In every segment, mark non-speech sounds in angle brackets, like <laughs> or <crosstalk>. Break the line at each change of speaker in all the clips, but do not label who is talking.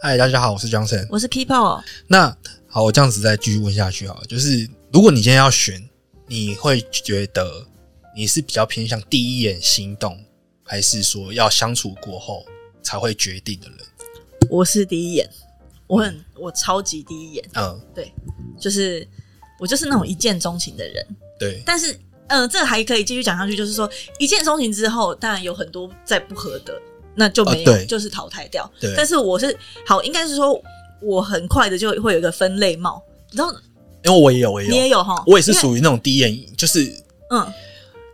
嗨，大家好，我是 Johnson。
我是 People，
那好，我这样子再继续问下去好了，就是如果你今天要选，你会觉得你是比较偏向第一眼心动，还是说要相处过后才会决定的人？
我是第一眼，我很我超级第一眼，
嗯，
就是我就是那种一见钟情的人。
对，
但是，呃，这还可以继续讲下去，就是说一见钟情之后，当然有很多再不合的，那就没有，
啊对
就是淘汰掉。
对
但是我是好，应该是说我很快的就会有一个分类帽，然后
因为我也有，我也
你也
有，
有哈，
我也是
因为
属于那种第一眼，就是
嗯，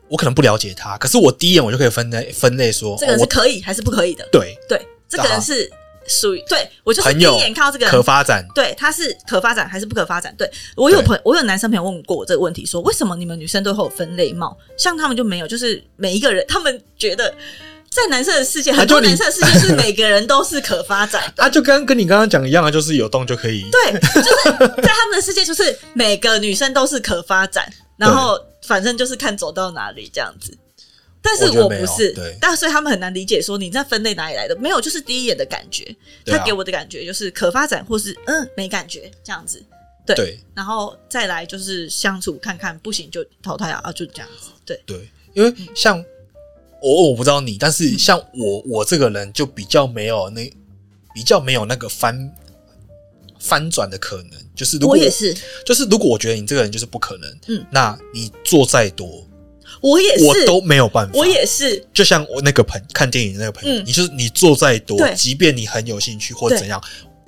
我可能不了解他，可是我第一眼我就可以分类分类说，
这个人
哦
是
我
可以还是不可以的？
对
对，这个人是属于对我就是
朋
第
友
一眼看到这个人
可发展，
对，他是可发展还是不可发展？对我有
对
朋，我有男生朋友问过我这个问题说为什么你们女生都会有分类帽，像他们就没有，就是每一个人，他们觉得在男生的世界，
啊
很多
就你。
男生的世界是每个人都是可发展
啊，就跟跟你刚刚讲一样啊，就是有动就可以，
对，就是在他们的世界，就是每个女生都是可发展，然后反正就是看走到哪里这样子。但是
我觉得
我
没
不
有
是
对，
但所以他们很难理解说你在分类哪里来的，没有，就是第一眼的感觉，
对啊
他给我的感觉就是可发展，或是嗯没感觉这样子。对
对
然后再来就是相处看看，不行就淘汰啊，啊就这样子。对，
对，因为
嗯
像我我不知道你，但是像我我这个人就比较没有那比较没有那个翻翻转的可能，就是如果
我也是，
就是如果我觉得你这个人就是不可能，
嗯，
那你做再多
我也是，
我都没有办法，
我也是，
就像我那个朋看电影的那个朋友，
嗯
你就是你做再多，
对
即便你很有兴趣或
对
怎样，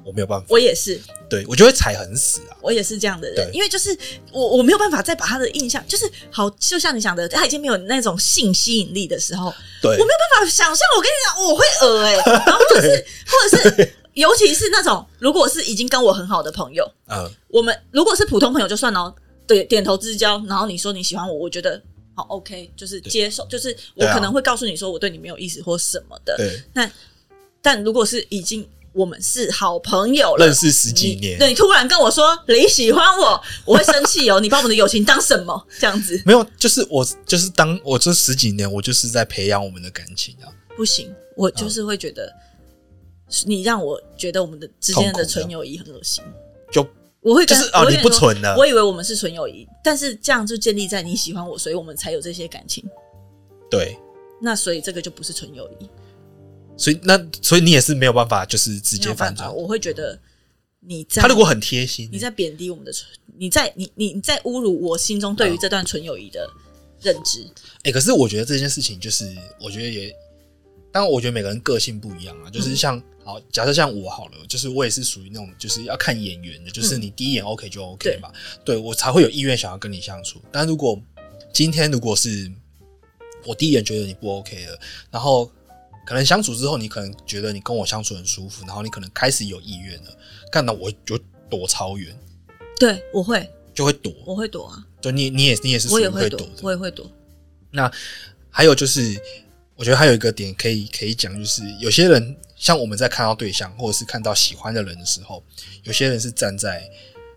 我没有办法，
我也是，
对我就会踩很死啊。
我也是这样的人
对，
因为就是我我没有办法再把他的印象，就是好，就像你讲的，他已经没有那种性吸引力的时候，
对，
我没有办法想象。我跟你讲，我会恶哎、欸，然后或者是或者是，尤其是那种如果是已经跟我很好的朋友，
嗯，
我们如果是普通朋友就算了哦，对，点头之交，然后你说你喜欢我，我觉得好 OK，就是接受，就是我
对啊
可能会告诉你说我对你没有意思或什么的。
对，
但如果是已经我们是好朋友了，
认识十几
你
年，
对你突然跟我说你喜欢我， <laughs> 我会生气哦，你把我们的友情当什么？这样子
没有，就是我就是当我这十几年，我就是在培养我们的感情啊。
不行，我就是会觉得。你让我觉得我们的之间
痛苦
的
的
纯友谊很恶心，
就
我
<laughs>
会
就
跟
是哦，
我会
你
跟
不
说
纯了，
我以为我们是纯友谊，但是这样就建立在你喜欢我，所以我们才有这些感情。
对，
那所以这个就不是纯友谊，
所以那所以你也是没有办法，就是直
没
接
有
反
办
转
法，。我会觉得你在
他如果很贴心，
你在贬低我们的纯，你在你你你在侮辱我心中对于这段纯友谊的认知。
哎、可是我觉得这件事情就是，我觉得也，当然我觉得每个人个性不一样啊。
嗯
就是像、好，假设像我好了，就是我也是属于那种就是要看眼缘的，就是
嗯
你第一眼 OK 就 OK 嘛，对我才会有意愿想要跟你相处。但如果今天如果是我第一眼觉得你不 OK 了，然后可能相处之后，你可能觉得你跟我相处很舒服，然后你可能开始有意愿了，看到我就躲超远，
对，我会
就会躲。
我会躲啊，
就你你也你也是属
我
于
也
会
会
躲
躲
的，，
我也会躲。
那还有就是，我觉得还有一个点可以可以讲，就是有些人像我们在看到对象或者是看到喜欢的人的时候，有些人是站在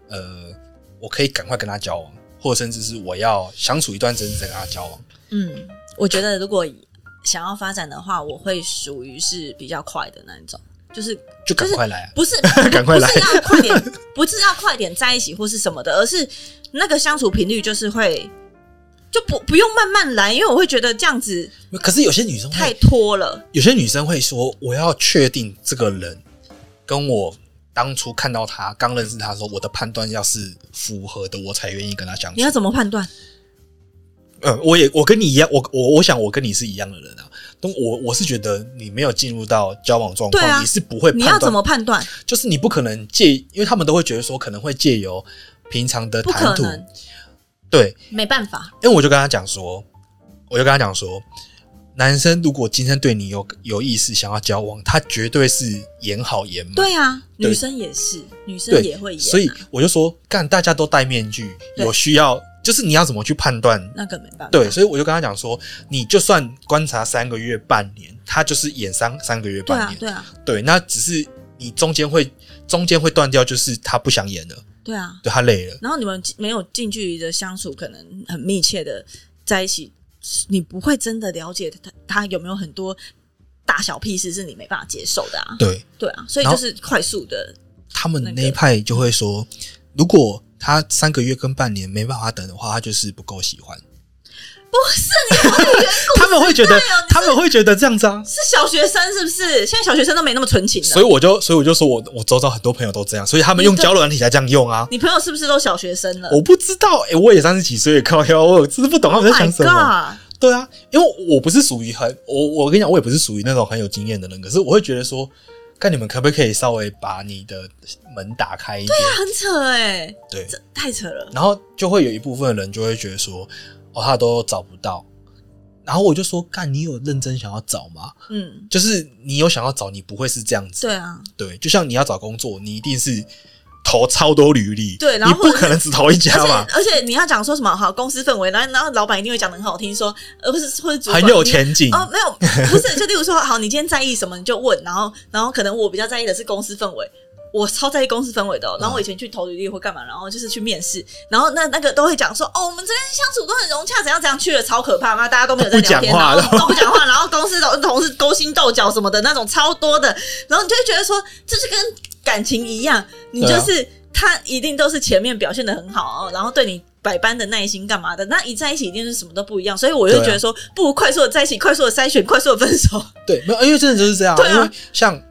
呃，我可以赶快跟他交往，或者甚至是我要相处一段时间再跟他交往。
嗯，我觉得如果想要发展的话，我会属于是比较快的那一种，就是
就赶
是
快来啊！ <laughs>
不是
赶快来
不是要快点，不是要快点在一起或是什么的，而是那个相处频率就是会就不不用慢慢来，因为我会觉得这样子
可是有些女生
太
会，
拖了。
有些女生会说，我要确定这个人跟我当初看到他刚认识他的时候，我的判断要是符合的，我才愿意跟他相处
你。要怎么判断？
嗯，我也我跟你一样，我我我想我跟你是一样的人啊。但我我是觉得你没有进入到交往状况，
对啊
你是不会判
你
断，呃
要怎么判断？
就是你不可能借，因为他们都会觉得说可能会借由平常的
不
谈
可
吐，
能，
对。
没办法。
因为我就跟他讲说，我就跟他讲说，男生如果今天对你有有意思，想要交往，他绝对是演好演满，
对啊，
对
女生也是，女生
对
也会演啊、
所以我就说，干大家都戴面具，
对
有需要就是你要怎么去判断
那个没办法。
对，所以我就跟他讲说，你就算观察三个月、半年，他就是演三三个月、
对
半
啊
年，，
对啊，
对那只是你中间会中间会断掉，就是他不想演了，
对啊。
对他累了，
然后你们没有近距离的相处，可能很密切的在一起，你不会真的了解他他有没有很多大小屁事是你没办法接受的啊。
对
对啊，所以
然
就
后
是快速的，
他们
那
那一
个
派就会说，如果他三个月跟半年没办法等的话，他就是不够喜欢。
不是你不是
他们会觉得，他们会觉得这样子啊。
哦是小学生是不是？ <laughs> 现在小学生都没那么纯情
所以
了。
我就，所以我就说我我周遭很多朋友都这样，所以他们用
你的
交友软体才这样用啊。
你朋友是不是都小学生了
我不知道，哎、我也三十几岁，靠腰，我真的不懂他们在想什么。
Oh my god！
对啊，因为我不是属于很我我跟你讲，我也不是属于那种很有经验的人，可是我会觉得说，看你们可不可以稍微把你的门打开一点，
很扯哎、
对，
这太扯了。
然后就会有一部分人就会觉得说，哦，他都找不到，然后我就说，干，你有认真想要找吗？
嗯，
就是你有想要找，你不会是这样子，
对啊，
对，就像你要找工作，你一定是投超多履历，
对然后
你不可能只投一家嘛，
而且而且你要讲说什么好公司氛围，然后然后老板一定会讲的很好听，说呃不是或者主管
很有前景，
哦，没有不是，就例如说 <laughs> 好，你今天在意什么你就问，然后然后可能我比较在意的是公司氛围。我超在意公司氛围的
嗯
哦、然后我以前去投履历或干嘛，然后就是去面试，然后那那个都会讲说，哦，我们这边相处都很融洽，怎样怎样，去了超可怕嘛，大家都没有在聊天，
<laughs> 都不讲话
然后都不讲话，然后公司的同事勾心斗角什么的那种超多的，然后你就会觉得说，这是跟感情一样，你
对
就
啊
是、他一定都是前面表现的很好、哦，然后对你百般的耐心干嘛的，那一在一起一定是什么都不一样，所以我就
对啊
觉得说，不如快速的在一起，快速的筛选，快速的
<laughs>
分手。
对，没有，因为真的就是这样。
对啊
因为像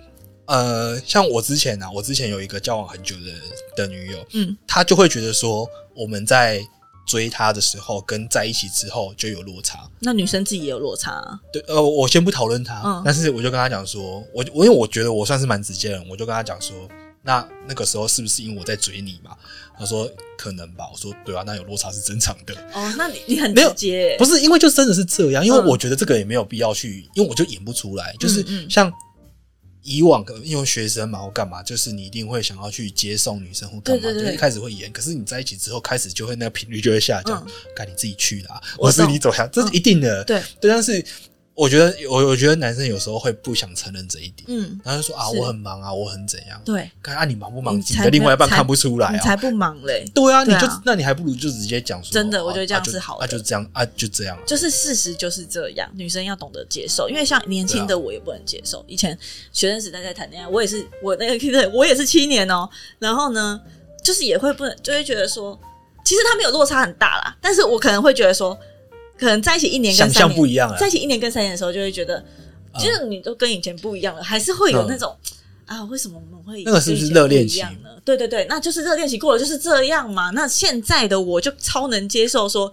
呃，像我之前啊，我之前有一个交往很久的的女友，
嗯，
她就会觉得说，我们在追她的时候跟在一起之后就有落差。
那女生自己也有落差、啊，
对，呃，我先不讨论她，
嗯
但是我就跟她讲说，我我因为我觉得我算是蛮直接的人，我就跟她讲说。那那个时候是不是因为我在追你嘛？她说可能吧。我说对啊，那有落差是正常的。
哦，那你你很
没有
直接欸，
不是因为就真的是这样，因为
嗯
我觉得这个也没有必要去，因为我就演不出来，就是
嗯
像以往可能因为学生嘛，我干嘛，就是你一定会想要去接送女生或干嘛，
对对对
就一开始会演，可是你在一起之后，开始就会那个频率就会下降
嗯，
该、你自己去啦，
我
我
懂嗯
是你走向，这是一定的，
对，
对，但是我觉得我我觉得男生有时候会不想承认这一点，
嗯，
然后就说啊
是
我很忙啊，我很怎样，
对，
看啊你忙不忙，
你
你
才
的另外一半
才
看不出来
你
啊，
才不忙嘞，
对啊，你
对啊
就那你还不如就直接讲说，
真的
哦
我觉得这样
啊就是
好的
啊，就这样啊，就这样啊。
就是事实就是这样，女生要懂得接受，因为像年轻
对
的我也不能接
嗯
受。以前学生时代在谈恋爱，我也是我那个我也是七年哦、然后呢，就是也会不能，就会觉得说，其实他们有落差很大啦，但是我可能会觉得说，可能在一起一年跟
想
三
象不
年，
一样啊
在，一起一年跟三年的时候，就会觉得，
嗯
就是你都跟以前不一样了，还是会有那种。啊，为什么我们会
那个是不是
跟以前
热恋期
不一样呢？对对对，那就是热恋期过了就是这样嘛。那现在的我就超能接受说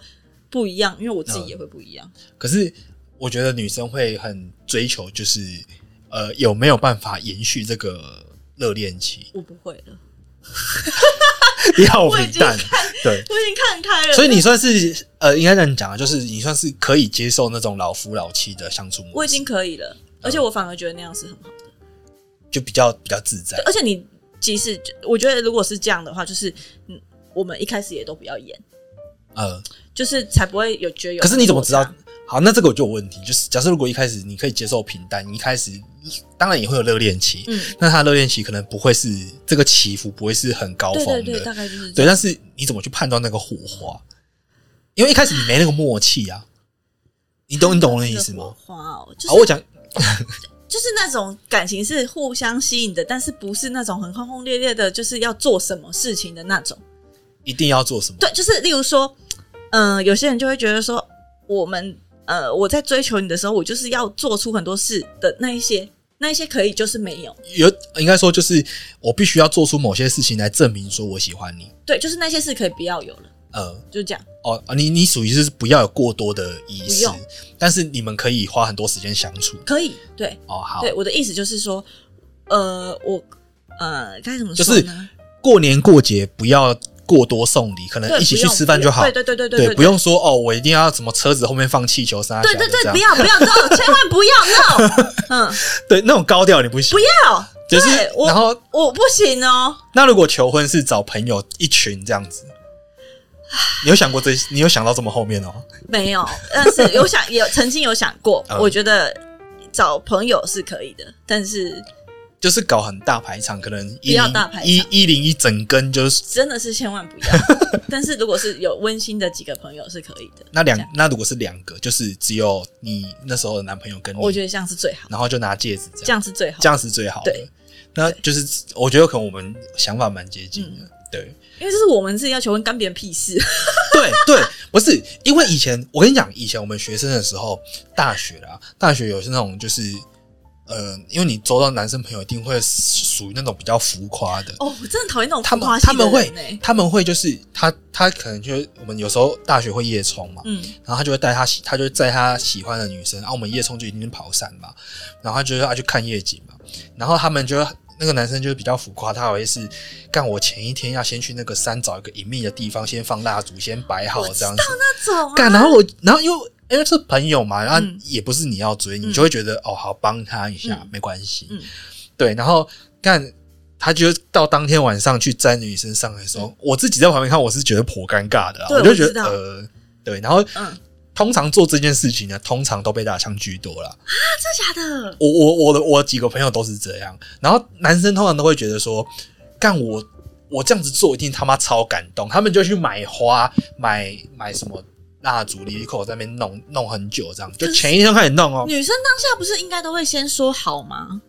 不一样，因为我自己
嗯
也会不一样。？
可是我觉得女生会很追求，就是呃有没有办法延续这个热恋期
<laughs> 我不会了，
你好
我已
平
经
淡，对。
我已经看开了。
所以你算是呃，应该这样讲啊，就是你算是可以接受那种老夫老妻的相处模式，
我已经可以了，
嗯
而且我反而觉得那样是很好的。
就比较比较自在。
而且你即使我觉得如果是这样的话，就是嗯，我们一开始也都不要演，
呃，
就是才不会有觉得有。
可是你怎么知道？？好，那这个我就有问题，就是假设如果一开始你可以接受平淡，你一开始当然也会有热恋期，
嗯，
那他热恋期可能不会是这个起伏不会是很高
对
峰的，
对对，大概就是这
对，
样。
但是你怎么去判断那个火花？因为一开始你没那个默契啊，你懂你懂我的意思吗？
花哦，就
好，
是
我讲
就是那种感情是互相吸引的，但是不是那种很轰轰烈烈的，就是要做什么事情的那种。
一定要做什么，
对，就是例如说，嗯、有些人就会觉得说，我们呃，我在追求你的时候，我就是要做出很多事的那一些，那一些可以就是没有，
有应该说就是我必须要做出某些事情来证明说我喜欢你。
对，就是那些事可以不要有了，
呃，
就这样。
哦，啊你你属于是不要有过多的仪
不
式
用，
但是你们可以花很多时间相处。
可以，对，
哦，好，
对，我的意思就是说，呃，我呃该怎么
就
说
是
呢？
过年过节不要过多送礼，可能
对
呃一起
不
去
用
吃饭
不
就
用
好。
对对对对
对，
对，
不。用说哦，我一定要什么车子后面放气球啥？
对对对，
这
不
样
要不要 no，千万不
<laughs>
要 no，嗯，
对那种高调你不行，
不要，
就是
对我
然后
我不行哦，
那如果求婚是找朋友一群这样子，你有想过这？你有想到这么后面哦？
没有，但
<laughs>
是有想有曾经有想过，
嗯
我觉得找朋友是可以的，但是
就是搞很大排场，可能一
不要
零
大排场
一一零一整根就是
真的是千万
<laughs>
不要。但是如果是有温馨的几个朋友是可以的，
那两
这样
那如果是两个，就是只有你那时候的男朋友跟你，
我觉得这样是最好，
然后就拿戒指这
这
样，
样是最
嗯
好
啊这，样是最好的
对。
那
对
就是我觉得可能我们想法蛮接近
嗯
的，对
因为这是我们自己要求婚，干别人
<laughs>
屁事。
对对，不是因为以前我跟你讲，以前我们学生的时候，大学啦，大学有是那种就是。呃，因为你周到男生朋友一定会属于那种比较浮夸的，
哦，我真的讨厌那种
他
浮夸
们
系
他
的
们
人呢、欸
会他们会就是他他可能就是我们有时候大学会夜冲嘛，
嗯，
然后他就会带他喜，他就会载他喜欢的女生，然、啊后我们夜冲就一定是跑山嘛，然后他就是要去看夜景嘛，然后他们就那个男生就是比较浮夸，他好像是干我前一天要先去那个山找一个隐秘的地方，先放蜡烛，先摆好这样子，
那种、啊、
干，然后我然后因为因为是朋友嘛，然后
嗯
也不是你要追，你
嗯
就会觉得哦好帮他一下、
嗯
没关系，
嗯
对，然后干。他就到当天晚上去摘女生上来的时候，我自己在旁边看，我是觉得颇尴尬的、啊，
嗯对
我就
我
觉得
知道
呃，对，然后
嗯，
通常做这件事情呢，通常都被打枪居多啦。
真的假的？
我我我的我几个朋友都是这样，然后男生通常都会觉得说，干我我这样子做一定他妈超感动，他们就去买花，买买什么蜡烛、离口在那边弄弄很久，这样就
可是
前一天就开始弄哦。
女生当下不是应该都会先说好吗？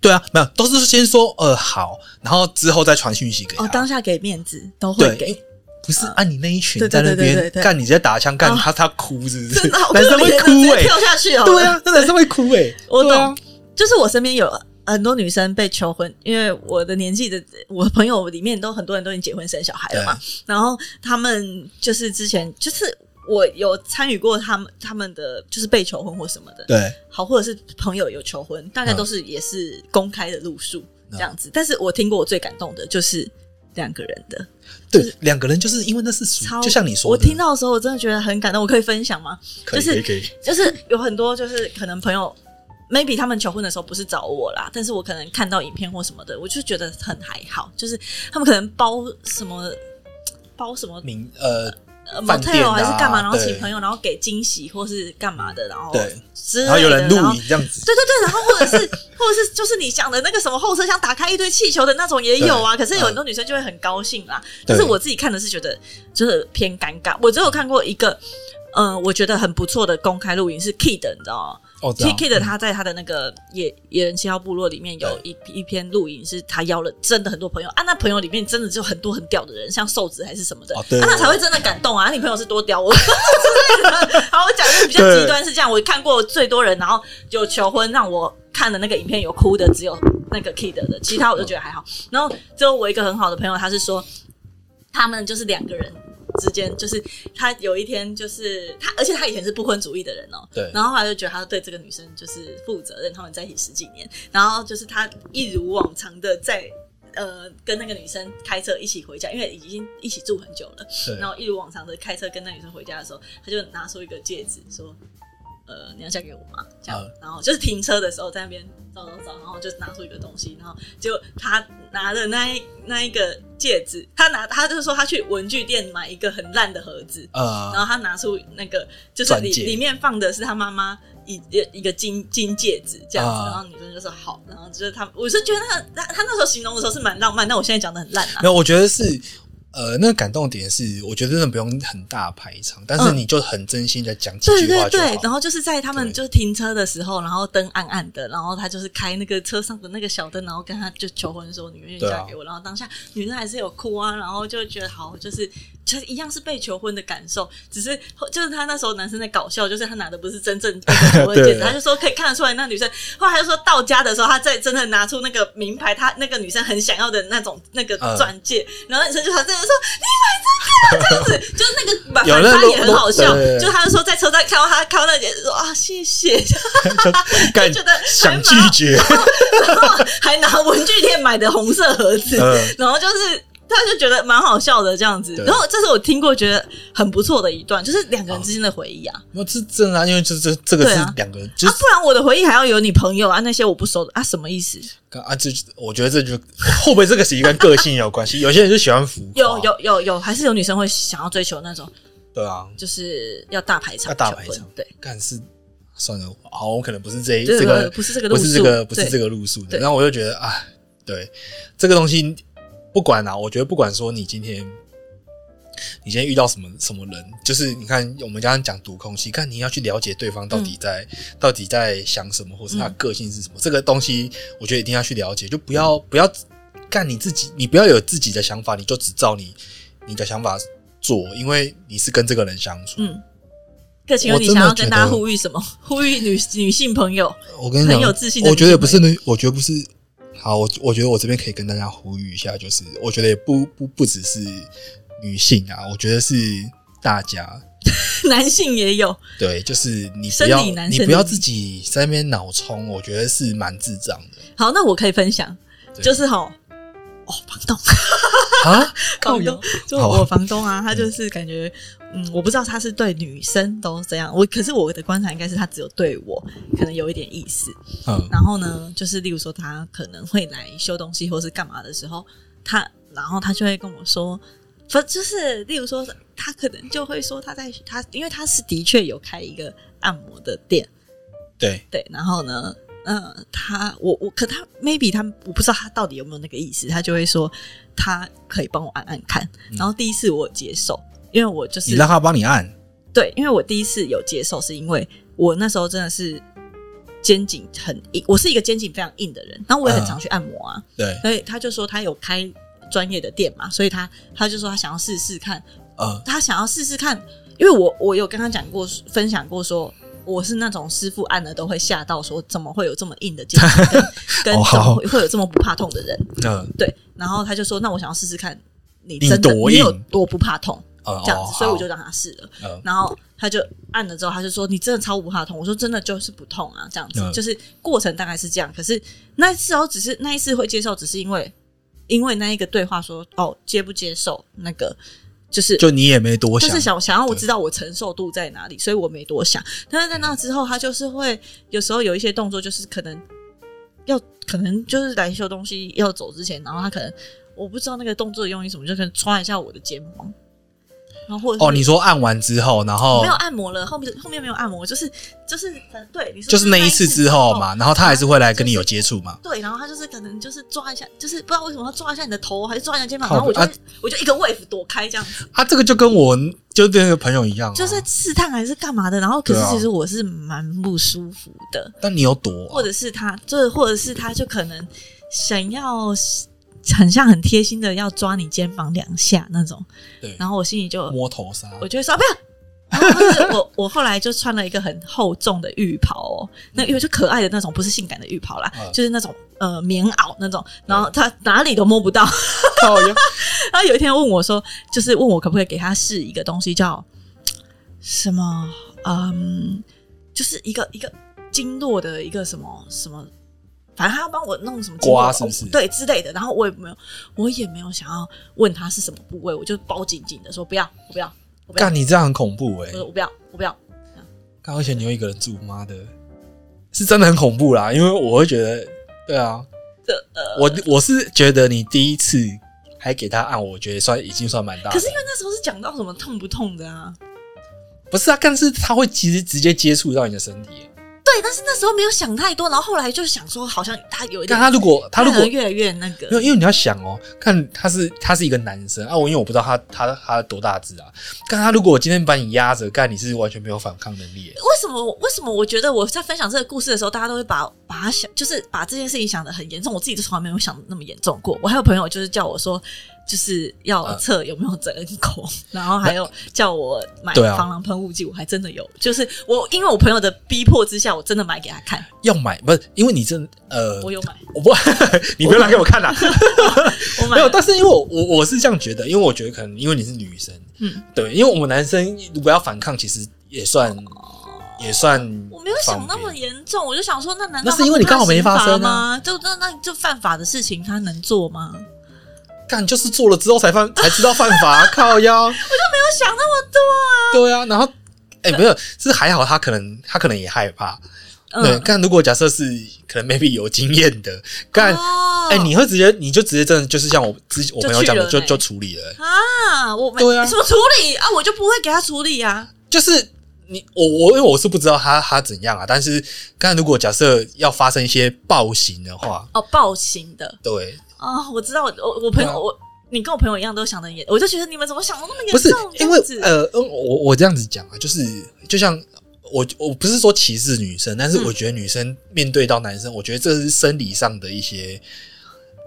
对啊，没有，都是先说呃好，然后之后再传讯息给他。
哦，当下给面子都会
啊对，
给啊
因，为不是啊按你那一群
对
在
对
那
对对
边
对对
干，你在打枪干
哦
他他哭是不是
真的
<laughs>
好？可
<laughs> 男生
<laughs>
会
怜啊
哭
直接
哎，
跳下去哦。
对啊，那男生会哭哎，
我
对啊
懂，就是我身边有很多女生被求婚，因为我的年纪的我朋友里面都很多人都已经结婚生小孩了嘛，然后他们就是之前就是我有参与过他们他们的就是被求婚或什么的，
对。
好或者是朋友有求婚，大概都是也是公开的路数
嗯
这样子，但是我听过我最感动的就是。两个人的，
对，两个人就是因为那是属于
超
就像你说
我
的，
听到的时候，我真的觉得很感动。我可以分享吗？
可以
就是
可以可以，
就是有很多就是可能朋友，maybe 他们求婚的时候不是找我啦，但是我可能看到影片或什么的，我就觉得很还好，就是他们可能包什么包什么
明呃，
呃
饭店
motel
啊
还是干嘛，然后
对
请朋友，然后给惊喜或是干嘛的，然后
对
之类
然
的，
后有人录
然后
影这样子，
对对对，然后或者是或者是就是你讲的那个什么后车厢打开一堆气球的那种也有啊，可是有很多女生就会很高兴啦。
对
但是我自己看的是觉得就是偏尴尬，我只有看过一个。嗯，我觉得很不错的公开录影是 Kid，你知道吗
哦，这样
？Kid 他在他的那个野野人七号部落里面有一一篇录影，是他邀了真的很多朋友啊，那朋友里面真的就很多很屌的人，像瘦子还是什么的，
哦对
啊，那
对
才会真的感动啊！你朋友是多
<laughs>
屌我之类的。好，我讲的比较
对
极端是这样，我看过最多人，然后有求婚让我看的那个影片有哭的，只有那个 Kid 的，其他我就觉得还好。然后只有我一个很好的朋友，他是说他们就是两个人之间，就是他有一天就是他，而且他以前是不婚主义的人哦、
对
然后他就觉得他对这个女生就是负责任，他们在一起十几年，然后就是他一如往常的在呃跟那个女生开车一起回家，因为已经一起住很久了，
对
然后一如往常的开车跟那女生回家的时候，他就拿出一个戒指说。呃，你要嫁给我吗？这样，
嗯
然后就是停车的时候在那边找找找，然后就拿出一个东西，然后就他拿的那一那一个戒指，他拿他就是说他去文具店买一个很烂的盒子，然
呃，
后他拿出那个，就是
钻
里
戒
里面放的是他妈妈一一个金金戒指这样子，
啊
然后女生就说好，然后就是他，我是觉得那个他他那时候形容的时候是蛮浪漫，但我现在讲的很烂啊
没。有，我觉得是呃，那个感动点是，我觉得真的不用很大排场，但是
嗯
你就很真心的讲几
对
句话
对
就
对，然
好。
后就是在他们
对
就是停车的时候，然后灯暗暗的，然后他就是开那个车上的那个小灯，然后跟他就求婚说你愿意
对啊
嫁给我，然后当下女生还是有哭啊，然后就觉得好，就是就是一样是被求婚的感受，只是就是他那时候男生在搞笑，就是他拿的不是真正的求婚戒
<laughs> 对
指，他就说可以看得出来那女生，后来他就说到家的时候，他再真的拿出那个名牌，他那个女生很想要的那种那个
嗯
钻戒，然后女生就很真的说你买这个啊这样子，就是那个反
有那
差也
种
很好笑
对对，对
就他就说在车站看到他，看到那姐说啊谢谢， <laughs>
感
觉得还
想
蛮
拒绝，
然后 <laughs> 还拿文具店买的红色盒
<laughs>
子，
嗯
然后就是他就觉得蛮好笑的这样子。
对
然后这是我听过觉得很不错的一段，就是两个人之间的回忆啊。
那这真的啊，因为这这这个
对
是
啊
两个人，就
啊
是，
不然我的回忆还要有你朋友啊那些我不熟的啊，什么意思？
啊，这我觉得这就会不会这个是跟个性有关系？有些人就喜欢浮夸，
有有有有，还是有女生会想要追求那种
对啊，
就是要大排场
要大
求
排
婚
场
对。
干是算了，好，我可能不是这一
对
这个
不是这个路
不
数，
是这个不是
对
这个路数的。
对
然后我就觉得啊，对这个东西不管啊，我觉得不管说你今天你今天遇到什么什么人，就是你看我们刚刚讲读空气，看你要去了解对方到底
嗯
在、到底在想什么，或是他个性是什么，这个东西我觉得一定要去了解，就不要不要干你自己，你不要有自己的想法，你就只照你你的想法做，因为你是跟这个人相处。
嗯。可请问你
我真的
想要跟
觉得
大家呼吁什么？ <laughs> 呼吁女女性朋友， <laughs>
我跟你讲，
很有自信的
我觉
女
得
性
不是女，我觉得不是。好，我我觉得我这边可以跟大家呼吁一下，就是我觉得也不不不只是女性啊，我觉得是大家。
男性也有，
对，就是你不
生
要
理男
你
生
不要
理
自己在那边脑冲，我觉得是蛮智障
<laughs>
的
好，那我可以分享，
对
就是哈，哦，房东，
啊！
房东，就
好啊
我房东啊，他就是感觉，嗯，我不知道他是对女生都这样，我可是我的观察应该是他只有对我可能有一点意思。
嗯，
然后呢，就是例如说他可能会来修东西或是干嘛的时候，他然后他就会跟我说，不就是例如说他可能就会说他在他，因为他是的确有开一个按摩的店，
对，
对，然后呢，嗯，他我我可他 maybe 他我不知道他到底有没有那个意思，他就会说他可以帮我按按看。然后第一次我有接受，因为我就
嗯你
是
让他帮你按，
对，因为我第一次有接受，是因为我那时候真的是肩颈很硬，我是一个肩颈非常硬的人，然
嗯
后我也很常去按摩啊， <laughs>
对，
所以他就说他有开专业的店嘛，所以他他就说他想要试试看，
嗯
他想要试试看，因为我我有跟他讲过分享过说。我是那种师傅按了都会吓到，说怎么会有这么硬的肩颈，跟 <laughs>
哦
跟怎
好
么会会有这么不怕痛的人？
嗯
对，然后他就说：“那我想要试试看，你
你
真的
多
你有
硬
多不怕痛？”
嗯，
这样
哦
子，所以我
好
就让他试了。
嗯
然后他就按了之后，他就说：“你真的超不怕痛。”我说：“真的就是不痛啊，这样子、
嗯
就是过程大概是这样。可是那一次哦，只是那一次会接受，只是因为因为那一个对话说哦接不接受那个就是
就你也没多
就是
想，
想想要我
对
知道我承受度在哪里，所以我没多想。但是在那之后，他就是会有时候有一些动作，就是可能要可能就是来修东西要走之前，然后他可能我不知道那个动作的用意什么，就可能抓一下我的肩膀，然后或者
哦，
是
你哦说按完之后，然后
没有按摩了，后面后面没有按摩，就是就是反对你说
就是那一次之后嘛，，然后他还是会来跟你有
就是
接触嘛，
对，然后他就是可能就是抓一下，就是不知道为什么他抓一下你的头，还是抓一下肩膀，
靠
然后我就会、
啊
我就一个 wave 躲开这样子。
啊，这个就跟我就那个朋友一样啊，
就是试探还是干嘛的，然后可
对啊
是其实我是蛮不舒服的，
但你有躲啊，
或者是他，就是或者是他就可能想要很像很贴心的要抓你肩膀两下那种，
对
然后我心里就
摸头杀，
我就会说、啊、不要。然后或者是我我后来就穿了一个很厚重的浴袍哦，那因为就可爱的那种，不是性感的浴袍啦，
嗯
就是那种呃棉袄那种，然后他哪里都摸不到，
靠腰
然后有一天问我说，就是问我可不可以给他试一个东西，叫什么？嗯，就是一个一个经络的一个什么什么，反正他要帮我弄什么经络哦
刮是不是
对之类的。然后我也没有，我也没有想要问他是什么部位，我就包紧紧的说不要，我不要，我不
<laughs>
要
干，你这样很恐怖哎、
我说我不要，我不要。
干，而且你又一个人住，妈的，是真的很恐怖啦。因为我会觉得，对啊，
这呃，
我我是觉得你第一次还给他按，我觉得算已经算蛮大
可
的
是。因为那时候是讲到什么痛不痛的啊？
不是啊，但是他会其实直接接触到你的身体、欸。
对，但是那时候没有想太多，然后后来就想说，好像他有一
但
点，
他如果他如
反
果
而越来越那
没有，
个，
因为你要想哦，看他是他是一个男生啊，我因为我不知道他他他多大只啊，但他如果我今天把你压着，干你是完全没有反抗能力、欸。
为什么我？为什么我觉得我在分享这个故事的时候，大家都会把把它想，就是把这件事情想得很严重。我自己就从来没有想那么严重过。我还有朋友就是叫我说，就是要测有没有折恩口，
啊
然后还有叫我买
对啊
防狼喷雾剂，我还真的有。就是我因为我朋友的逼迫之下，我真的买给他看，
要买不是因为你真呃，
我有
<laughs>
买，
我不你不要拿给我看啦、
我买
没有，但是因为我我我是这样觉得，因为我觉得可能因为你是女生，
嗯，
对，因为我们男生如果要反抗，其实也算也算
我没有想那么
方便
严重，我就想说，那难道
那是因为你刚好没发
他不怕
生啊
刑罚吗？就那那就犯法的事情，他能做吗？
干，就是做了之后才犯才知道犯法，啊 <laughs> 靠腰，
没有想那么多啊。
对啊，然后哎、没有，是还好他可能他可能也害怕，对，
嗯，
干如果假设是可能 maybe 有经验的，干
哦
哎、你会直接你就直接真的就是像我之我朋友讲的，
就去
就
了
就处理了、
啊，我没
对啊
什么处理啊，我就不会给他处理啊。
就是你我我因为我是不知道他他怎样啊，但是刚才如果假设要发生一些暴行的话，
哦，暴行的
对，
啊、我知道，我我我朋
对
友、
啊
我。你跟我朋友一样都想的严，我就觉得你们怎么想的那么严
不是
重？
因为
这样子
呃，嗯我我这样子讲啊，就是就像我我不是说歧视女生，但是
嗯
我觉得女生面对到男生，我觉得这是生理上的一些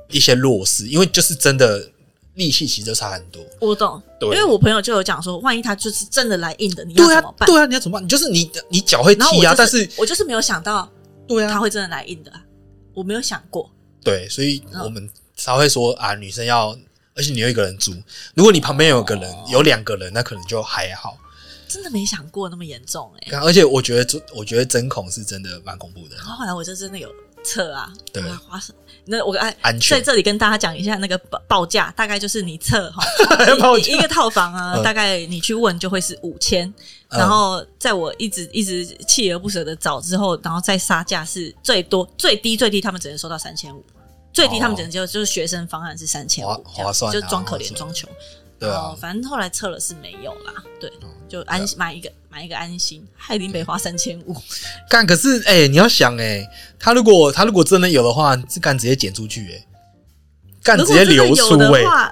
一些弱势，因为就是真的力气其实就差很多。
我懂，
对
因为我朋友就有讲说，万一他就是真的来硬的，你要
对
怎
啊
么，办？
对啊，你要怎么办？你就是你你脚会
然后我
踢啊，
就
但
是
是
我就是没有想到
对
他
啊，
会真的来硬的啊，我没有想过。
对，所以
嗯
我们才会说啊，女生要。而且你又一个人住，如果你旁边有个人，
哦
有两个人，那可能就还好。
真的没想过那么严重哎、
而且我觉得真，我觉得针孔是真的蛮恐怖的，
然后后来我就真的有测啊，
对
我要花什那我哎，
安
在
全。
这里跟大家讲一下那个报报价，大概就是你测
<laughs>
哈，
报
一一个套房啊，
嗯
大概你去问就会是五千，
嗯
然后在我一直一直锲而不舍的找之后，然后再杀价是最多最低最低，他们只能收到三千五。最低他们只能就就是学生方案是三千
划
五，这样
划算啊
就装可
划
怜
算
装穷。
对
然
啊
后，反正后来测了是没有啦，对，
嗯
就安心买一个买一个安心，害林北花三千五，
干可是哎、你要想哎、他如果他如果真的有的话，是干直接剪出去哎、干直
<laughs> 如果
接
真的
流
有
出
的
哎、
话，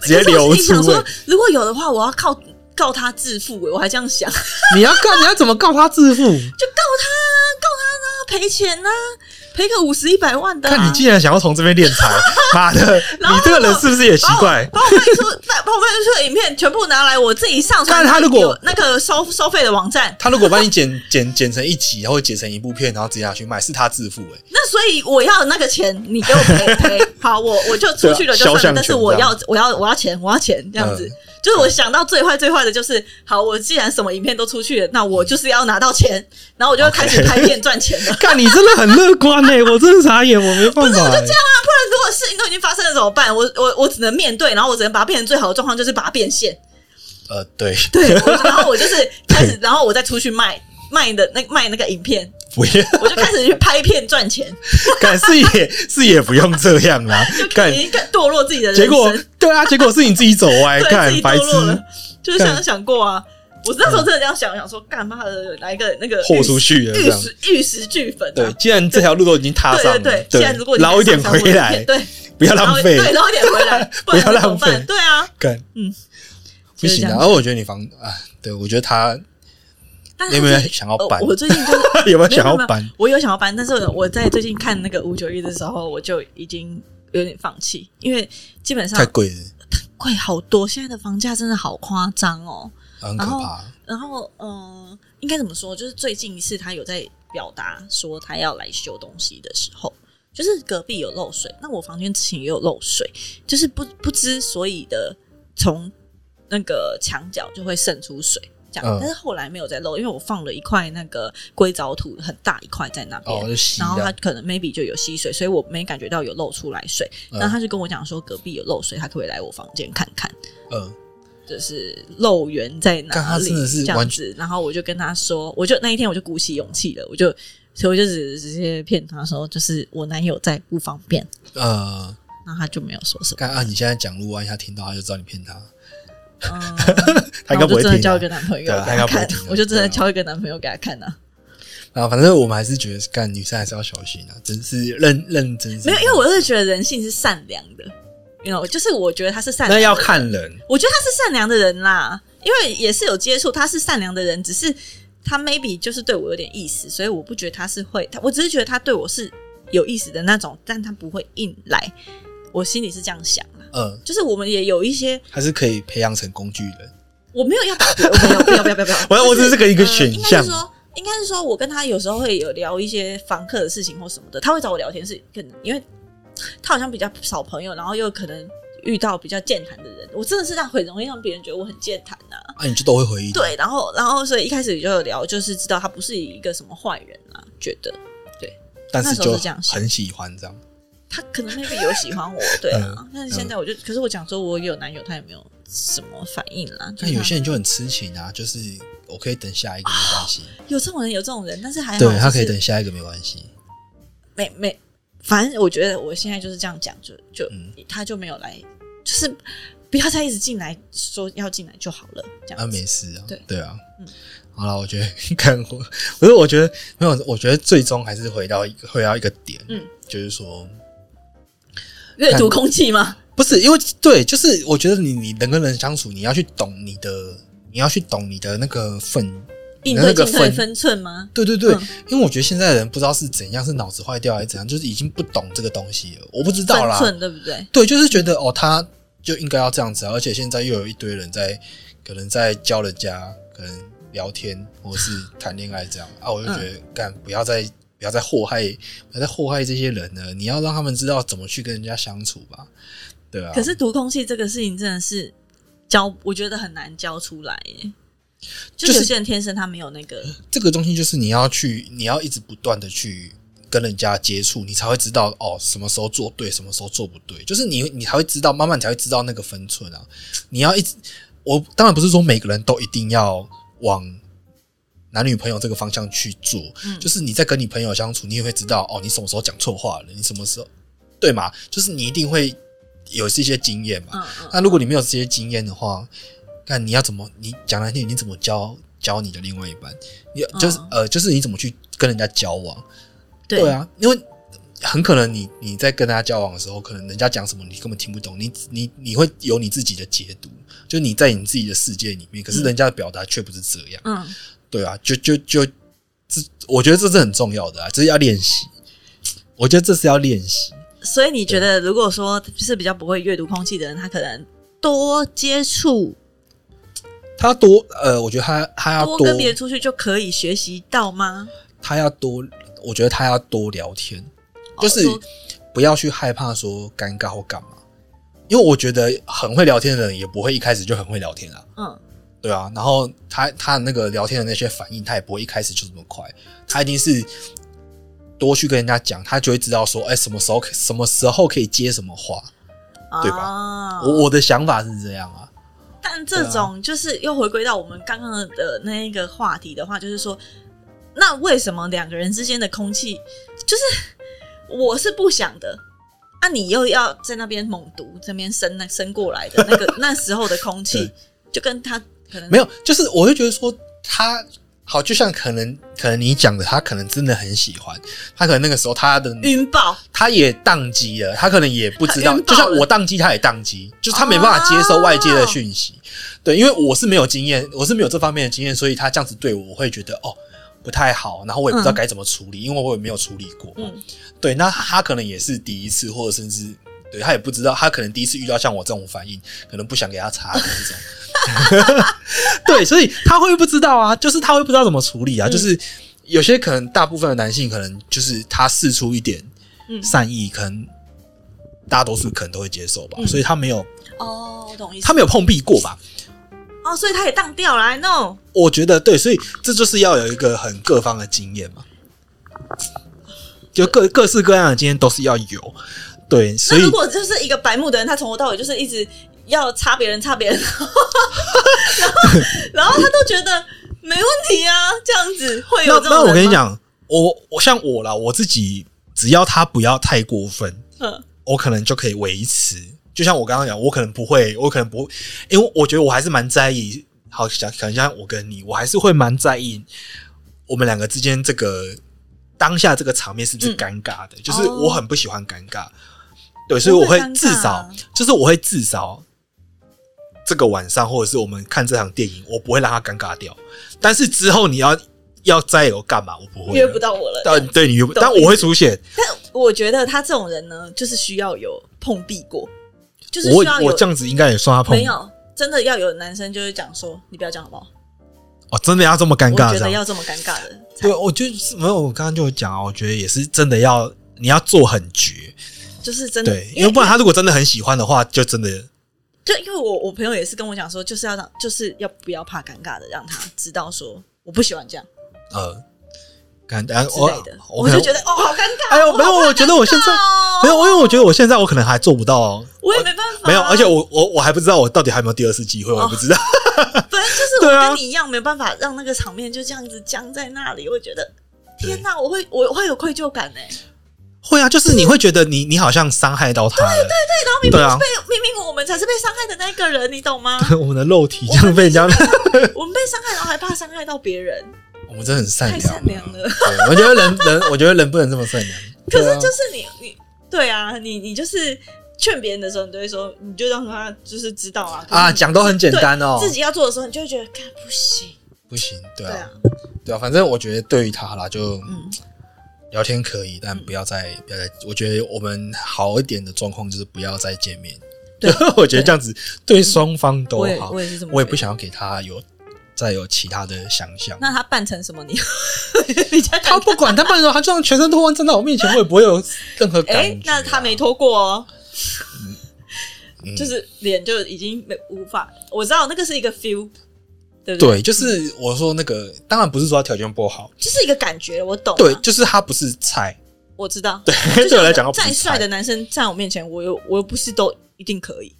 直接流
可是我心里想
出哎、
说，如果有的话，我要靠告他致富、欸，我还这样想， <laughs> 就
你要告你要怎么告他致
<laughs>
富？
告他啊，告他啊，赔钱啊，赔个五十一百万的、啊。
看你竟然想要从这边
<laughs>
敛财，妈的，
然后
你这个人是不是也奇怪？
把我卖出，把把我卖出的影片全部拿来，我自己上传。
但他如果
有那个收收费的网站，
他如果帮你剪 <laughs> 剪剪成一集，或者剪成一部片，然后直接拿去卖，是他致富哎、
那所以我要那个钱，你给我赔
<laughs>
赔。好，我我就出去了就
对啊肖
算了，
像
但是
权
我
这样
要我要我要钱，我要钱这样子。
嗯
就是我想到最坏最坏的就是，好，我既然什么影片都出去了，那我就是要拿到钱，然后我就开始
OK
拍片赚钱
<laughs>
了。
干你真的很乐观哎、我真的傻眼，我没办法、欸。
如果事情都已经发生了怎么办？我我我只能面对，然后我只能把它变成最好的状况，就是把它变现。
呃，对， <laughs>
对，我然后我就是开始，然后我再出去卖卖的那卖那个影片，
不要。
我就开始去拍片赚
<laughs>
钱，
干是也是也不用这样啦，干
已经更堕落自己的人生，
哎结果对啊，结果是你自己走歪，
对自
干
己
白
堕落了 <laughs>
痴，
就是想
干
想过啊。我那时候真的这样想，想说干妈的来一个那个
豁
玉
出
石
去了这
玉
样。
石玉石俱焚啊、
对，既然这条路都已经踏上
对
了，
对对，现在如果你
捞一点
上传我
回
的
来
片，对，
不要
然后
浪费，
对，捞一点回来，
<laughs>
不
不
然
要
怎么
浪费
办？对啊，
干
嗯，
不
就是这
行
样
啊！而我觉得你房啊，对我觉得他
但
你
是
有没 <laughs> 有
最
想要
呃
搬？
我最近就
有
是
没有
没有
想要
没有
搬？
我有想要搬，但是我在最近看那个五九一的时候，我就已经有点放弃，因为基本上
太贵了，
贵好多，现在的房价真的好夸张哦。
很可
然后
怕。
然后，嗯、呃，应该怎么说？就是最近一次他有在表达说他要来修东西的时候，就是隔壁有漏水，那我房间之前也有漏水，就是不不知所以的从那个墙角就会渗出水。这样，
嗯
但是后来没有再漏，因为我放了一块那个硅藻土，很大一块在那边，
哦，就洗
然后它
的，
可能 maybe 就有吸水，所以我没感觉到有漏出来水。
嗯
那他就跟我讲说隔壁有漏水，他可不可以来我房间看看，
嗯，
就是漏源在
干
哪
他
里
真的是
这样
完
子。然后我就跟他说，我就那一天我就鼓起勇气了，我就所以我就直直接骗他说，就是我男友在不方便，
呃，
那他就没有
<laughs>
说什么。
干啊！你现在讲，如果万一他听到，他就知道你骗他，
嗯，
他应该
然后
不
我就
会
真的
听
交
啊
一个。男朋友
对啊
给
他应该不
看
会听，的
我就真
对
的
啊
交一个男朋友给他看啊。
啊，反正我们还是觉得，干女生还是要小心啊，真是认认真是。
没有，因为我是觉得人性是善良的，你知道，就是我觉得他是善
那
良的
要看人，
我觉得他是善良的人啦，因为也是有接触，他是善良的人，只是他 maybe 就是对我有点意思，所以我不觉得他是会，他我只是觉得他对我是有意思的那种，但他不会硬来，我心里是这样想啦。
嗯，
就是我们也有一些，
还是可以培养成工具人。
我没有要打，我没有，不要，不要，不要，不要，
<laughs> 我我只是这个一
一
个选
应该
项
是，说。应该是说，我跟他有时候会有聊一些房客的事情或什么的，他会找我聊天是可能，因为他好像比较少朋友，然后又可能遇到比较健谈的人，我真的是这样很容易让别人觉得我很健谈啊。
啊，你就都会回应。
对，然后然后所以一开始就有聊，就是知道他不是一个什么坏人啊，觉得
但
那
是
时候
就是
这样想啊
很喜欢这样。
他可能 maybe 有喜欢我，对啊。
嗯
但是现在我就，可是我讲说我有男友，他也没有什么反应啦。就
但
是
有
他
些人就很痴情啊，就是我可以等下一个没关系，
有这种人，有这种人，但是还好，
对他
哎就
可以
是
等下一个没关系。
没没，反正我觉得我现在就是这样讲，就就、
嗯
他就没有来，就是不要再一直进来说要进来就好了，这
啊，
样子。
没事啊
对，
对啊
嗯，
好了，我觉得看我，不是我觉得没有，我觉得最终还是回到一个回到一个点，
嗯，
就是说
阅读空气吗？
不是因为对，就是我觉得你你人跟人相处，你要去懂你的，你要去懂你的那个分，
应
那
对
个
进退
分
分寸吗？
对对对，
嗯
因为我觉得现在的人不知道是怎样，是脑子坏掉还是怎样，就是已经不懂这个东西了，我不知道
分
啦。
寸对不对？
对，就是觉得哦，他就应该要这样子、啊，而且现在又有一堆人在可能在教人家，可能聊天或是谈恋爱这样啊，我
嗯
就觉得干、不要再不要再祸害，不要再祸害这些人了，你要让他们知道怎么去跟人家相处吧，对啊。
可是读空气这个事情真的是教，我觉得很难教出来耶。就
就是
有些人天生他没有那个，
这个东西就是你要去，你要一直不断的去跟人家接触，你才会知道哦，什么时候做对，什么时候做不对，就是你你才会知道，慢慢才会知道那个分寸啊。你要一直，我当然不是说每个人都一定要往男女朋友这个方向去做，
嗯
就是你在跟你朋友相处，你也会知道哦，你什么时候讲错话了，你什么时候对嘛，就是你一定会有这些经验嘛。
嗯嗯，
那如果你没有这些经验的话，看你要怎么，你讲难听，你怎么教教你的另外一半？你就是、
嗯
呃，就是你怎么去跟人家交往？
对
啊，因为很可能你你在跟他交往的时候，可能人家讲什么你根本听不懂，你你你会有你自己的解读，就你在你自己的世界里面，可是
嗯
人家的表达却不是这样，
嗯，
对啊，就就就这，我觉得这是很重要的啊，这是要练习，我觉得这是要练习。
所以你觉得，如果说是比较不会阅读空气的人，他可能多接触、
他多呃，我觉得他他要
多跟别人出去就可以学习到吗？
他要多，我觉得他要多聊天，就是
哦多
不要去害怕说尴尬或干嘛，因为我觉得很会聊天的人也不会一开始就很会聊天啊，
嗯，
对啊，然后他他的那个聊天的那些反应，他也不会一开始就这么快，他一定是多去跟人家讲，他就会知道说，哎、什么时候可什么时候可以接什么话，对吧
啊
我我的想法是这样啊，
但这种就是又回归到我们刚刚的那一个话题的话，就是说，那为什么两个人之间的空气，就是我是不想的，啊，你又要在那边猛读，这边伸那伸过来的那个 <laughs> 那时候的空气
对，
就跟他可能
没有，就是我就觉得说他。好，就像可能可能你讲的，他可能真的很喜欢，他可能那个时候他的
晕爆，
他也宕机了，他可能也不知
他
道，
晕
就
爆了
像我宕机，他也宕机，就是他没办法接受外界的讯息。
啊
对，因为我是没有经验，我是没有这方面的经验，所以他这样子对我，我会觉得哦不太好，然后我也不知道
嗯
该怎么处理，因为我也没有处理过。
嗯
对，那他可能也是第一次，或者甚至对他也不知道，他可能第一次遇到像我这种反应，可能不想给他擦的这种。
<laughs>
<laughs> 对，所以他会不知道啊，就是他会不知道怎么处理啊，
嗯
就是有些可能大部分的男性可能就是他试出一点
嗯
善意，可能大多数可能都会接受吧，
嗯
所以他没有
哦，我懂意思
他没有碰壁过吧。
哦，所以他也当掉了，no，
我觉得对，所以这就是要有一个很各方的经验嘛，就各各式各样的经验都是要有，对，所
那
以
如果就是一个白目的人，他从头到尾就是一直要插别人、插别人， <laughs> 然后然后他都觉得没问题啊，这样子会有
那
这种
那我
人
跟你
吗，
讲，我我像我啦，我自己只要他不要太过分，
嗯
我可能就可以维持。就像我刚刚讲，我可能不会，我可能不会，因为我觉得我还是蛮在意。好，想可能像我跟你，我还是会蛮在意我们两个之间这个当下这个场面是不是
嗯
尴尬的，就是
哦
我很不喜欢尴尬。对，所以我
不会
会
尴尬
至少，就是我会至少这个晚上，或者是我们看这场电影，我不会让他尴尬掉。但是之后你要要再有干嘛，我不会
约不
到。
到我了。
但对你约不，
懂
但我会出现。
但我觉得他这种人呢，就是需要有碰壁过，就是
我
需要
我
有
这样子应该也算他碰
没有真的要有男生就是讲说，你不要讲好不好？
哦，真的要这么尴
我
尬
觉
这
得
样？
要这么尴尬的才，
对，我就是没有。我刚刚就有讲啊，我觉得也是真的要你要做很绝，
就是真的，
对，因为不然他如果真的很喜欢的话，就真的
就因为我我朋友也是跟我讲说，就是要让就是要不要怕尴尬的，让他知道说我不喜欢这样。
呃，哎看大家
之类的，我
可
就
能
觉得哦，好尴尬。
哎呦，
我
没有，我觉得我现在没有，因为我觉得我现在我可能还做不到，
<laughs> 我也没办法。啊
没有，而且我我我还不知道我到底还有没有第二次机会，我也不知道。 <laughs>
反正就是
对啊
我跟你一样，没有办法让那个场面就这样子僵在那里。我觉得天哪，我会我我会有愧疚感呢。
会啊，就是你会觉得你你好像伤害到他了，
然后明
对
明
啊
是被、明明我们才是被伤害的那一个人，你
<laughs>
懂吗？
我们的肉体这样被人家，
我们被伤害，然后还怕伤害到别人，
<laughs> 我们真的很善
太善良
啊
了。
对我觉得人人，我觉得人不能这么善良。
可
对
是
啊
就是你你对啊，你你就是劝别人的时候，你都会说，你就让他就是知道啊
啊，讲都很简单哦，
自己要做的时候，你就会觉得，看不行，
不行，对
对
啊
啊，，
对啊，反正我觉得对于他啦，就
嗯
聊天可以，但不要再不要再，我觉得我们好一点的状况就是不要再见面。
对，
<laughs> 我觉得这样子对双方都
我也
好，
我也是这么，
我也不。想要给他有再有其他的想象。
那他扮成什么你？ <laughs> 你家
他不管他扮什么，他就算全身脱光站在我面前，我也不会有任何感
哎、
觉啊。
那他没脱过哦，
嗯
就是脸就已经没无法，我知道那个是一个 feel，对不对？
对，就是我说那个，当然不是说他条件不好，
就是一个感觉，我懂、啊。
对，，就是他不是
<laughs>
菜，
我知道。
对我来讲，他不
再
是
帅
菜
的。男生站我面前，我又我又不是都一定可以。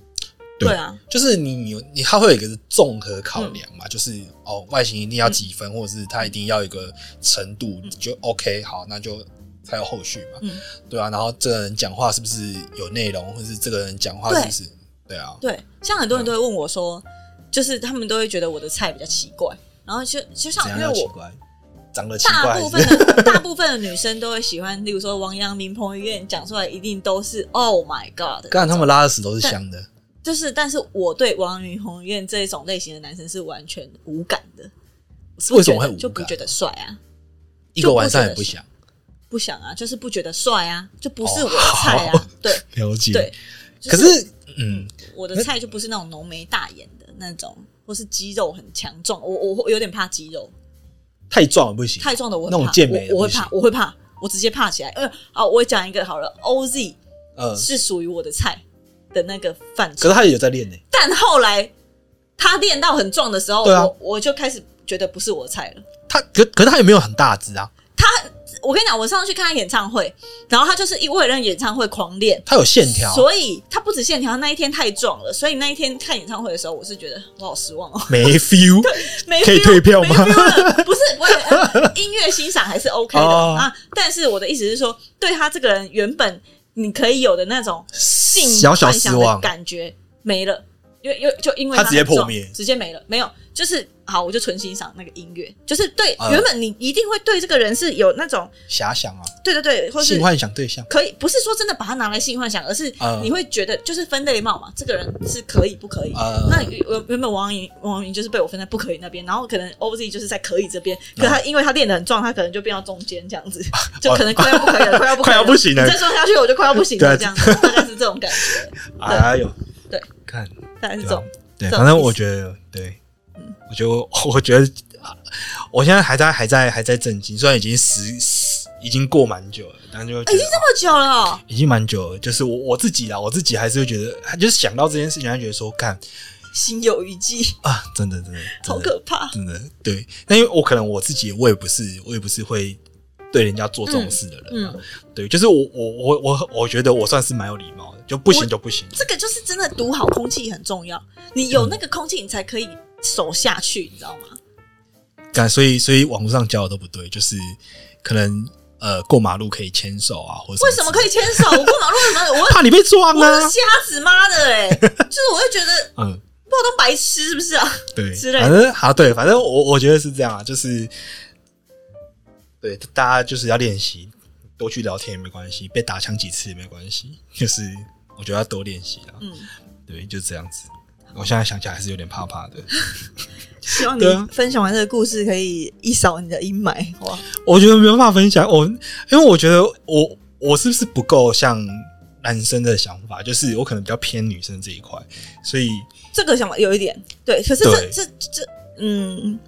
对
对啊，
就是你你你他会有一个综合考量
嗯
嘛，就是哦外形一定要几分，或者是他一定要有一个程度，就 OK 好，那就才有后续嘛，
嗯
对啊，然后这个人讲话是不是有内容，或者是这个人讲话是不是对啊，
对，像很多人都会问我说，就是他们都会觉得我的菜比较奇怪，然后就就像
怎样
因
叫
为
奇
我
怪，长得奇怪
大
还
部
是 <laughs>
分的 <laughs> 大部分的女生都会喜欢，例如说王阳明、彭于晏讲出来，一定都是 Oh my God，
干他们拉的屎都是香的，
就是，但是我对王阳明、彭于晏这一种类型的男生是完全无感的。
为什么会无
不觉得就不
感
觉得帅啊？
一个晚上也不想
不想啊，就是不觉得帅啊，就不是
哦
我的菜啊。
好
对
了解
对，
可
就是
嗯，
我的菜就不是那种浓眉大眼的那种，或是肌肉很强壮。我我我有点怕肌肉，
太壮了不行，
太壮的我会
那种
怕
健美的
我我会
不行
怕，我会怕，我直接怕起来。呃，好，我讲一个好了，OZ
嗯，
是属于我的菜的那个范
可
畴
是，他也有在练呢，
但后来他练到很壮的时候，
对啊
我我就开始觉得不是我的菜了。
他可可是他也没有很大只啊，
我跟你讲，我上次去看他演唱会，然后他就是因为了演唱会狂练，
他有线条，
所以他不止线条，他那一天太壮了，所以那一天看演唱会的时候，我是觉得我好失望哦， <laughs>
没 feel，
没 feel,
可以退票吗
没 feel 了不是，
<laughs>
我也、呃音乐欣赏还是 OK 的、
哦
啊，但是我的意思是说，对他这个人原本你可以有的那种性
小小
幻想
失
的
望
感觉没了。因为因为就因为
他
他
直接
很壮
破灭
直接没了，没有，就是好，我就纯欣赏那个音乐，就是对、
嗯
原本你一定会对这个人是有那种
遐想啊，
对对对，或是
性幻想对象。
可以不是说真的把它拿来性幻想，而是
嗯
你会觉得就是分类帽嘛，这个人是可以不可以？
嗯
那原原本王阳明王阳明就是被我分在不可以那边，然后可能 OZ 就是在可以这边，
呃
可他因为他练得很壮，他可能就变到中间这样
<laughs>
子，就可能快要不可以了，快要不可以
快要不行了
你再说下去我就快要不行
对啊
了，这样子大概是这种
<laughs>
感觉，
哎呦，
对，
看，
大概是
对啊
这
吧
种。
对，
这种嗯
反正
意思
我觉得，对，我觉得 <laughs> 我，我觉得，啊我现在还在，还在，还在震惊，虽然已经十，十已经过蛮久了，但就
哎
已经这么
这么久了哦，
已经蛮久了，就是我我自己啦，我自己还是会觉得，还就是想到这件事情，还觉得说，看
心有余悸，
啊，真的，真的，
好
真的，
可怕。
真的，对，那因为我可能我自己，我也不是，我也不是会对人家做这种事的人、啊，
嗯，
对，就是我，我，我，我，我觉得我算是蛮有礼貌的，就不行就不行，
这个就是真的读好空气很重要，你有那个空气，你才可以手下去，你知道吗？
嗯感所以所以网络上教的都不对，就是可能呃过马路可以牵手啊，或者
为什么可以牵手？我过马路为什么？我
怕你被撞
我是
啊？
瞎子妈的哎、 <laughs> 就是我会觉得
嗯，
不知道都白痴是不是啊？
对，
之类的
反正好、对，反正我我觉得是这样啊，就是对大家就是要练习，多去聊天也没关系，被打枪几次也没关系，就是我觉得要多练习啊，
嗯，
对，就这样子。我现在想起来还是有点怕怕的，
希望你
对啊
分享完这个故事可以一扫你的阴霾哇！
我觉得没办法分享，我因为我觉得我我是不是不够像男生的想法，就是我可能比较偏女生这一块，所以
这个想法有一点对，可是
对
这这这嗯，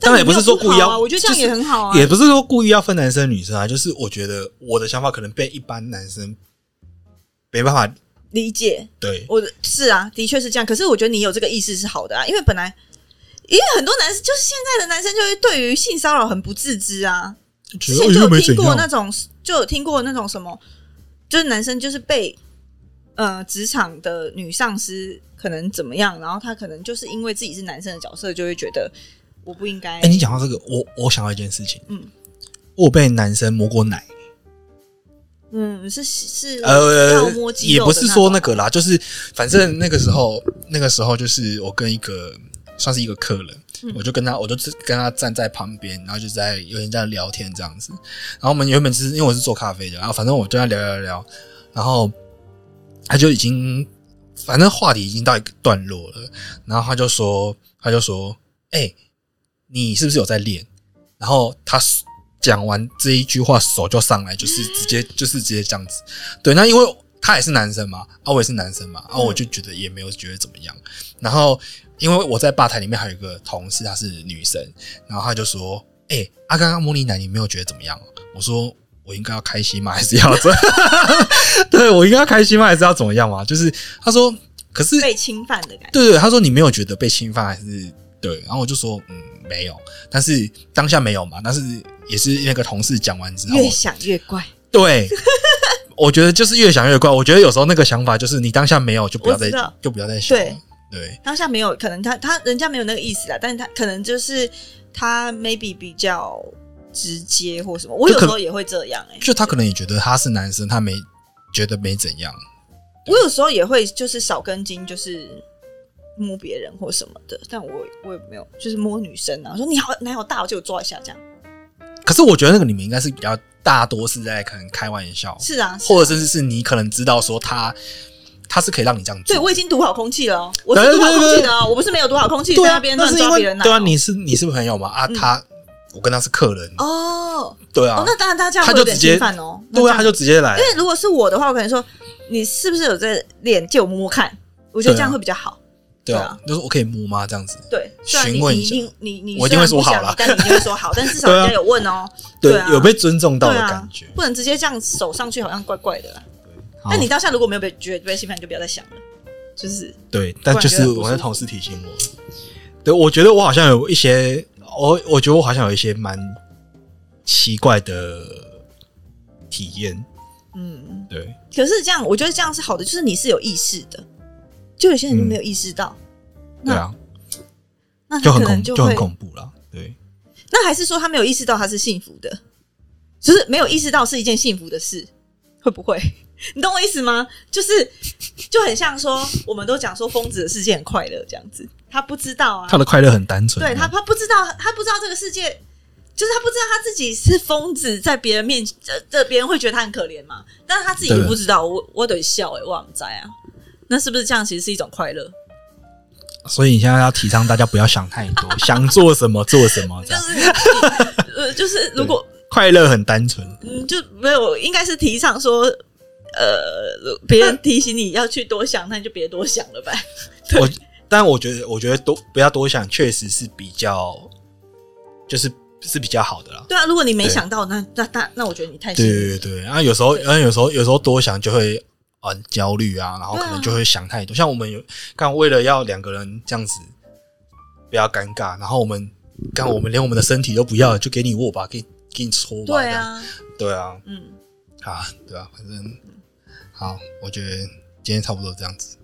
当然也不是说
但
故意
也没有好
要，
啊，我觉得这样
就是
也很好啊。
也不是说故意要分男生女生啊，就是我觉得我的想法可能被一般男生没办法
理解，
对
我的是啊，的确是这样。可是我觉得你有这个意识是好的啊，因为本来因为很多男生就是现在的男生就会对于性骚扰很不自知啊，
哎
之前就有听过那种，就有听过那种什么，就是男生就是被呃职场的女上司可能怎么样，然后他可能就是因为自己是男生的角色，就会觉得我不应该。
哎、你讲到这个，我我想到一件事情，嗯
嗯，
我有被男生摸过奶，
嗯，是是要
呃
摸，肌
也
肉的
不是说那
种
个啦，就是反正那个时候，那个时候就是我跟一个算是一个客人，
嗯
我就跟他，我就跟他站在旁边，然后就在有点在聊天这样子。然后我们原本是因为我是做咖啡的，然后反正我就跟他聊聊聊，然后他就已经反正话题已经到一个段落了，然后他就说，他就说，哎、你是不是有在练？然后他讲完这一句话，手就上来，就是直接就是直接这样子。对，那因为他也是男生嘛，啊，我也是男生嘛，啊，
嗯
我就觉得也没有觉得怎么样。然后因为我在吧台里面还有一个同事，她是女生，然后她就说：“哎、阿刚刚摸你奶，你没有觉得怎么样？”我说：“我应该要开心吗？还是要这？ <laughs> 对我应该要开心吗？还是要怎么样嘛？”就是她说：“可是
被侵犯的感觉。
对对，他说你没有觉得被侵犯还是对，然后我就说嗯没有，但是当下没有嘛，但是也是那个同事讲完之后，
越想越怪，
对，我觉得就是越想越怪。我觉得有时候那个想法就是你当下没有就不要再
我知道
就不要再想了，
对
对
当下没有，可能他他人家没有那个意思啦，但是他可能就是他 maybe 比较直接或什么，我
就
有
可
时候也会这样哎、
就他可能也觉得他是男生，他没觉得没怎样，
我有时候也会就是少根筋，就是摸别人或什么的，但我我也没有，就是摸女生啊，我说你好奶好大，我就抓一下这样。
可是我觉得那个你们应该是比较大多是在可能开玩笑，
是啊，是啊
或者甚至是你可能知道说他他是可以让你这样做
对，我已经读好空气了哦，我是读好空气的哦，我不是没有读好空气，在
啊
那边乱
是因
抓
为
别人奶哦。嗯
对啊，你是你是朋友嘛啊，他我跟他是客人，
哦
对啊
哦，，那当然大家
他
会
就
有点
直接
侵犯哦，那
对啊，
这样
他就直接来
因，为如果是我的话，我可能说你是不是有在脸借我摸摸看，我觉得这
啊
样会比较好。
对
对
啊
啊，
就是我可以摸吗？这样子，
对，虽然你
询问
你
一下
你你你
我一定会说好啦
了，但你一定会说好，但至
<laughs>
少
对啊
人家有问哦，对啊
有被尊重到
对
的
啊
感觉，。哦
不能直接这样手上去，好像怪怪的啦。
好
那你当下如果没有被觉得被侵犯，你就不要再想了，就是
对，但就
不然觉
是
得不
我的
舒服
同事提醒我，对我觉得我好像有一些，我我觉得我好像有一些蛮奇怪的体验，
嗯。
对，
可是这样，我觉得这样是好的，就是你是有意识的，就有些人就没有意识到，那
对啊，
那
就
他
很
可能
恐
就
就
会
很恐怖啦，对，
那还是说他没有意识到他是幸福的，就是没有意识到是一件幸福的事，会不会？ <laughs> 你懂我意思吗？就是就很像说，我们都讲说疯子的世界很快乐这样子，他不知道啊
他，的快乐很单纯，啊
对他他不知道，他不知道这个世界。就是他不知道他自己是疯子，在别人面前，这这别人会觉得他很可怜嘛？但是他自己也
对
不知道，我我得笑哎、欸，我怎么在啊？那是不是这样？其实是一种快乐，
所以你现在要提倡大家不要想太
<laughs>
多，想做什么做什么，这
就
样
是呃，就是 <laughs> 如果
快乐很单纯，
嗯，就没有，应该是提倡说，呃，别人提醒你要去多想，那你就别多想了吧。
我但我觉得，我觉得多不要多想，确实是比较，就是是比较好的啦。
对啊，如果你没
对
想到，那那那那我觉得你太幸
对
运。
对对，然后有时候，然后有时候，有时候多想就会啊焦虑啊，然后可能就会想太多。像我们有刚为了要两个人这样子不要尴尬，然后我们刚我们连我们的身体都不要了，就给你握吧，给给你搓吧。
对，啊，
对啊，
嗯，
啊，对啊，反正好，我觉得今天差不多这样子。